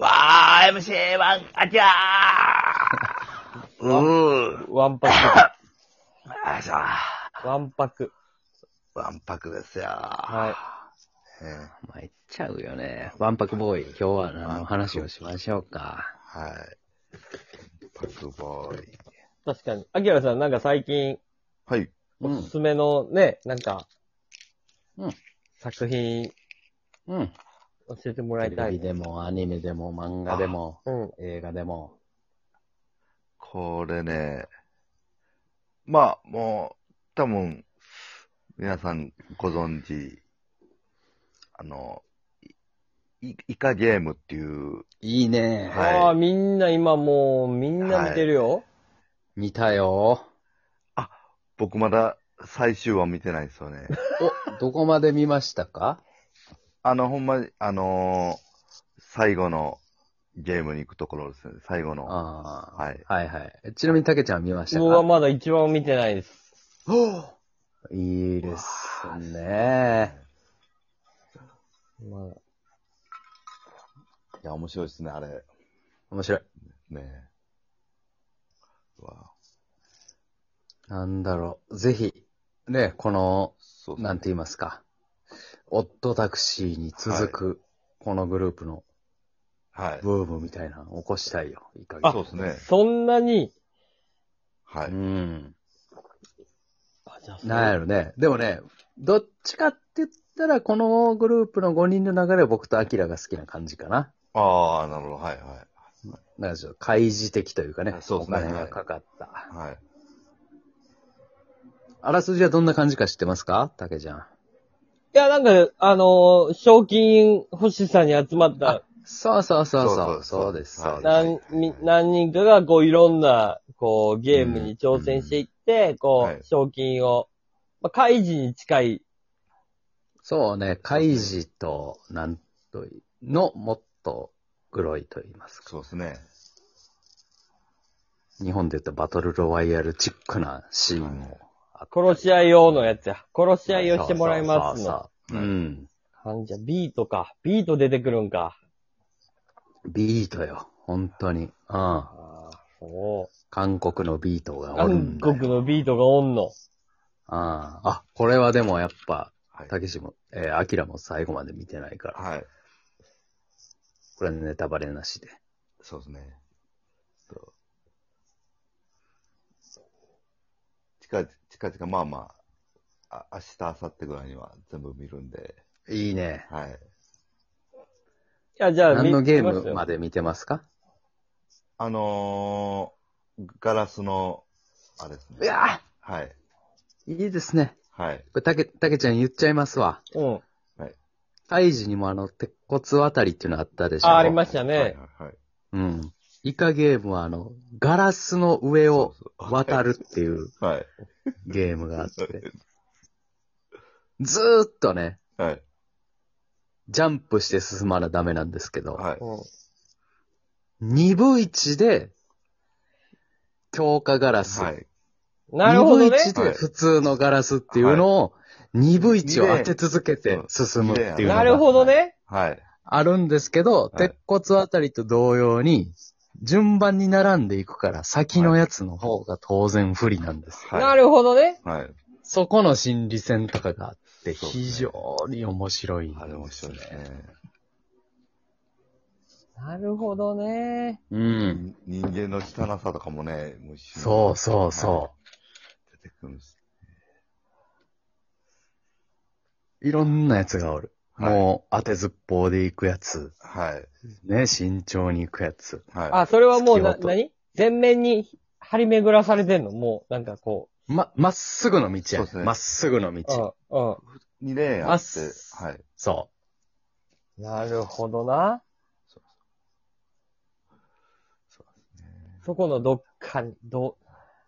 わー、MC1、あちゃー うー。ワンパ ク。あしゃワンパク。ー。わんぱくですよ。はええ参っちゃうよね。わんぱくボーイ。今日はあの話をしましょうか。はい。パクボーイ。い。確かに。アキラさん、なんか最近、はい。うおんす。すめのね、なんか、うん作品うん。教えてもらテいたレビい。でも、アニメでも、漫画でも、うん。映画でも。これね、まあ、もう、多分、皆さんご存知、あの、いイカゲームっていう、いいね。はいああ、みんな今もう、みんな見てるよ。見たよ。僕まだ最終話見てないんですよね。お、どこまで見ましたかあの、ほんまに、あのー最後のゲームに行くところですね。最後の。はああ。い。はいはい。ちなみに、たけちゃんは見ました僕はかまだ一番見てないです。いいですね。まだいや、面白いですね、あれ。面白い。ねうわなんだろう。ぜひ、ね、この、そうそうなんて言いますか。オットタクシーに続く、このグループのはい。ブームみたいなの起こしたいよ。いい加減そうですね。そんなに、はうい。ん。あ、じゃあそうなんやろね。でもね、どっちかって言ったら、このグループの5人の流れは僕とアキラが好きな感じかな。ああ、なるほど。はい、はなんかちょっと開示的というかね、そうでおすね金がかかった。い。はい。あらすじはどんな感じか知ってますかたけちゃん。いや、なんか、あのー賞金欲しさに集まった、そうそうそそうそうう。そうそうです、はいそうです。何、み何人かが、こう、いろんな、こう、ゲームに挑戦していって、こ、はいう賞金を、まあ、開示に近い、そうね、カイジと、なんとい、の、もっと、グロいと言いますか。そうですね。日本で言ったバトルロワイヤルチックなシーンもあったり。殺し合い用のやつや。殺し合いをしてもらいますの。そうそうそうそううん。感じや。ビートか。ビート出てくるんか。ビートよ。本当に。うん。ああ、そ韓国のビートう。がおる韓んだよ。国のビートがおんの。ああ、これはでもやっぱ、はい。たけしも、えー、アキラも最後まで見てないから、はい。これはネタバレなしで。そうですね。そう近々、近々、まあまあ、あ明日、明後日ぐらいには全部見るんで、いいね。はい。いや、じゃあ、何のゲ見ーますムよまで見てますかあのー、ガラスの、あれですね。いやはい。ーいいですね。はい。これ、たけ、たけちゃん言っちゃいますわ。うん。カイジにもあの、鉄骨あたりっていうのあったでしょ。あありましたねはいはいはい。うん。イカゲームはあの、ガラスの上をそうそう渡るっていうはい。ゲームがあって、ずーっとね、はい。ジャンプして進まなダメなんですけど、はい。うん。二分一で、強化ガラス。はい。なるほどね。二分一で普通のガラスっていうのを、二分一を当て続けて進むっていうはのなるほがどね。はい。あるんですけど、はい鉄骨あたりと同様に、順番に並んでいくから先のやつの方が当然不利なんですよ。はいなるほどね。はい。そこの心理戦とかがあっそうでて、すね非常に面白いんです、あれ面白いです。ね。なるほどね。うん。人間の汚さとかもね、もう一緒にそうそうそ出てくるんです。う。いろんなやつがおる。はいもう当てずっぽうで行くやつ。はい。ね、慎重に行くやつ。はい。あ、それはもうな、月ごと何全面に張り巡らされてんのもう、なんかこま、まっすぐの道そうやで。すねまっすぐのう。道。うん、うにね、ああっ、ってはい。そん。なるほどな。そうですね。そこのどっかに、ど、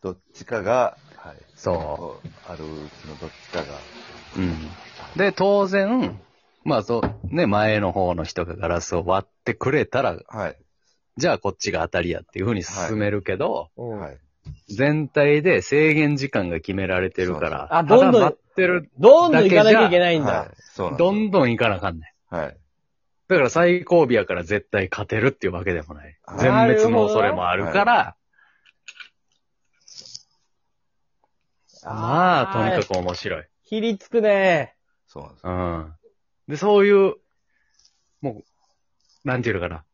どっちかが、はい。う。そこうあるうちのどっちかが、う。うん。で、当然、まあそう、ね、前の方の人がガラスを割ってくれたら、はい。じゃあこっちが当たりやっていう風に進めるけど、うん。はい。全体で制限時間が決められてるから、そうそうあどんどんただ待ってる、どんどん行かなきゃいけないんだ。はい。そうなんですどんどん行かなあかんねはい。だから最後尾やから絶対勝てるっていうわけでもない。全なる滅ほどの恐れもあるから、まあ、とにかく。く面白い。ひりつくね。そうなんですうよ。ん。で、そういう、もう、なんていうのかな。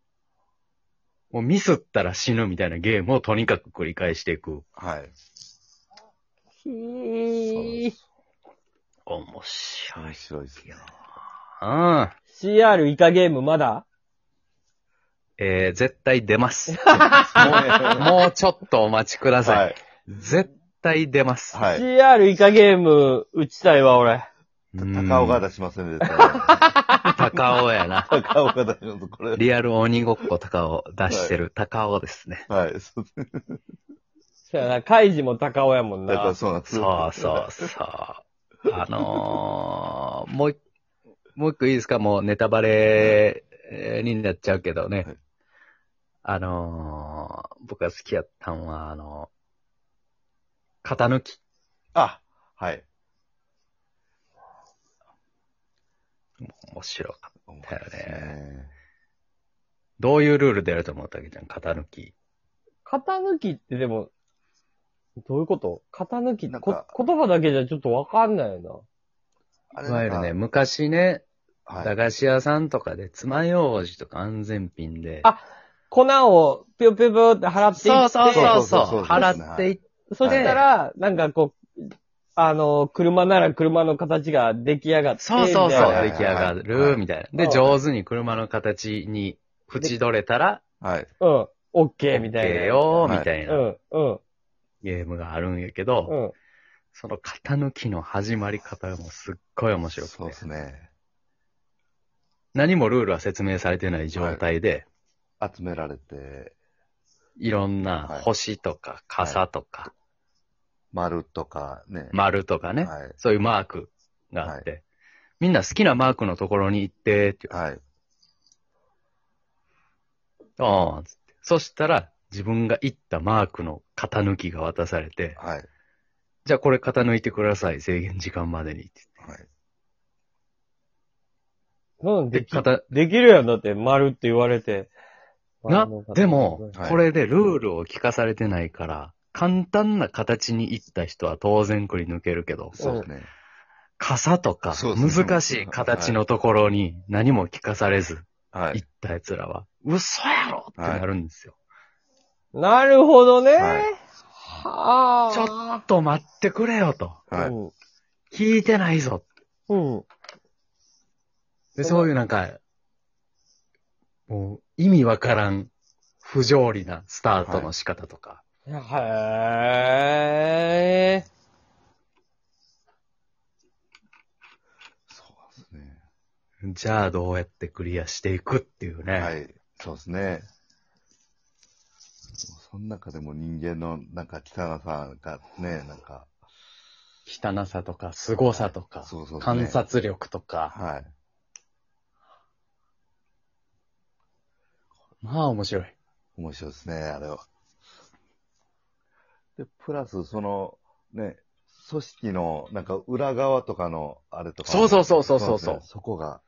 もうミスったら死ぬみたいなゲームをとにかく繰り返していく。はい。ひそうなんでー。す面白面い。白いですね。うん。 CR イカゲームまだえー、絶対出 ます。はもうちょっとお待ちください。い。絶対出ます。はい。 ?CR イカゲーム打ちたいわ、俺。うん高尾が出しませんで した。高尾やな。高尾が出します。これ。リアル鬼ごっこ高尾出してる高尾ですね。はい。そうそうやな、カイジも高尾やもんだからな。そうなんですそうそうそう。あのー、もう一、もう一個いいですかもうネタバレえーになっちゃうけどね。はいあのー、僕が好きやったんは、あのー、型抜き。あ、はい。面白かった。面白いですね。どういうルールでやると思ったわけじゃん型抜き。型抜きってでも、どういうこと型抜きってなんこか言葉だけじゃちょっとわかんないよな。あいわゆるね、なん昔ね、か、は駄い。菓子屋さんとかで、爪楊枝とか安全ピンで、あ粉をぴょぴょぴょって払っていって、そうそうそそうそうそそううう、そうですね払っていっそしたら、なんかこう、あの、車なら車の形が出来上がって、そうそうみそたいう、なはい出来上がはいる、みたいはな。いで、上手に車の形に縁取れたら、はい。うん。オッえケーみたいな。、よはいー、みたいうなんうん、ゲームがあるんやけど、うん。その型抜きの始まり方もすっごい面白そうくでてす。ね。何もルールは説明されてない状態で、集められて、いろんはない星とか傘とか丸とかね。丸とかね、はい。そういうマークがあって、みんな好きなマークのところに行って、って言うはい。ああ、つってそしたら、自分が行ったマークの型抜きが渡されて、はい。じゃあこれ型抜いてください。制限時間までに。はい。うん、で、でき、型、できるやん。だって、丸って言われて。な丸の、形でも、はいこれでルールを聞かされてないから、簡単な形にいった人は当然くり抜けるけど、そうですね。傘とかそう、ですね難しい形のところに何も聞かされず、はいいっ。た奴らは、嘘やろってなるんですよ。なるほどね。はいはあ。ちょっと待ってくれよと。はい。聞いてないぞ。うん。うん。で、そのそういうなんか、もう意味わからん、不条理なスタートの仕方とか、へえ。そうですね。じゃあどうやってクリアしていくっていうね。はい。そうですね。その中でも人間の、なんか、汚さがね、なんか、汚さとか、凄さとか、そうそう、ね。観。察力とか。はい。まあ面白い。面白いですね、あれは。で、プラス、その、ね、組織の、なんか、裏側とかの、あれとかも。そうそうそうそうそうですねそこが。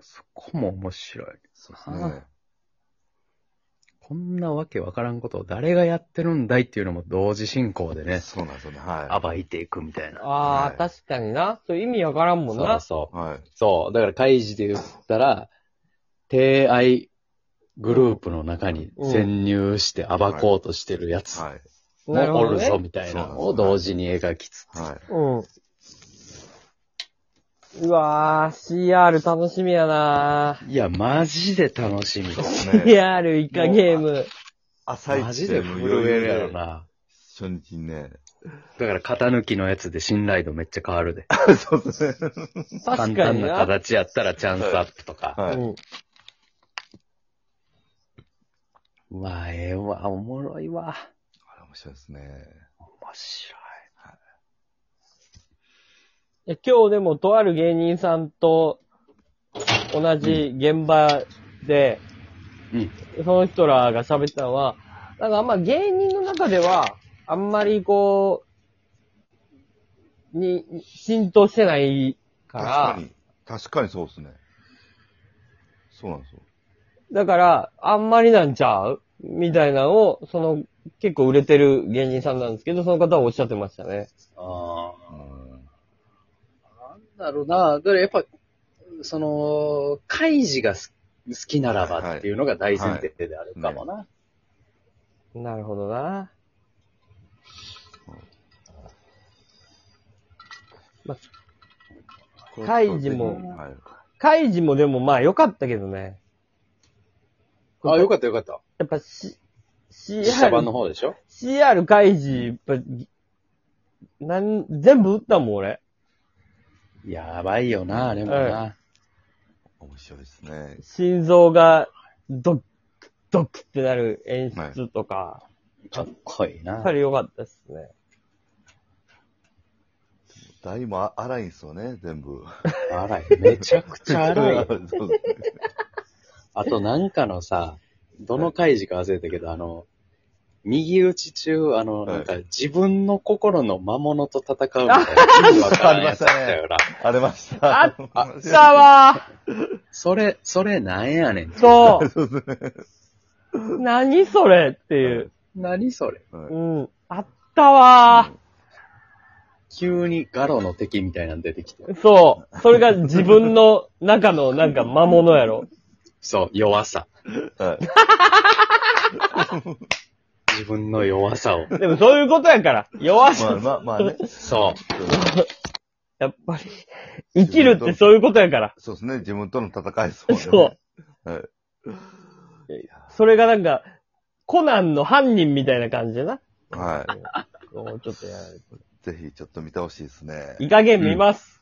そこも面白い。そうですね。あーこんなわけわからんことを誰がやってるんだいっていうのも同時進行でね、そうなんですよね。は暴いていくみたいな。ああ、はい確かにな。そう意味わからんもんな。そい。はい。う。そう。だから開示で言ったら、提愛グループの中に潜入して暴こうとしてるやつもはい。なるおほどるぞね。みたいなのを同時に描きつつ。はい。うん。うわー、CR 楽しみやないや、マジで楽しみです。 ね、 CR イカゲーム。朝一マジで震えるやろ。な。初日にね。だから、型抜きのやつで信頼度めっちゃ変わるで。そうですね。確か簡単になな。形やったらチャンスアップとか。はうい。ん。うわ、ええわ、おもろいわ。あれ面白いですね。面白いや今日でもとある芸人さんと同じ現場で、うんその人らが喋ってたのは、なんかあんま芸人の中では、あんまりこに浸透してないか確らか、に。確かにそうですね。そうなんですよ。だから、あんまりなんちゃうみたいなのを、その、結構売れてる芸人さんなんですけど、その方はおっしゃってましたね。ああ。うんなんだろうな。だからやっぱ、その、カイジがす好きならばっていうのが大前提であるかもな。なるほどな。カイジもはい。カイジもでもまあ良かったけどね。ああ、よかったよかった。やっぱし、実写版 CR の、方でしょ CR カイジ、やっぱ、なん、全部打ったもん俺。やばいよな、あれもな。面白いですね。心臓がドッ、ドッってなる演出とか、かっこいいやなっぱ。り良かったですね。台も荒いんですよね、全部。荒い。めちゃくちゃ荒 い。そうですねあとなんかのさ、どのカイジか忘れたけど、あの、右打ち中、あの、はいなんか自分の心の魔物と戦うみたいな。意味わからんやつだったよな。ありました。あさあわそれ、それなんやねん。ーそそうですね。う何それっていう。何それ。はういん。あったわ急にガロの敵みたいなの出てきて。ー。そう。それが自分の中のなんか魔物や ろ。そう、弱さ。はい自分の弱さを。でもそういうことやから。弱しまあ、まあ、まあね。そう。やっぱり、生きるってそういうことやから。そうですね、自分との戦いですもんね。。そうはい。それがなんか、コナンの犯人みたいな感じでな。はもうちょっとやられてい。ぜひ、ちょっと見てほしいですね。いい加減見ます。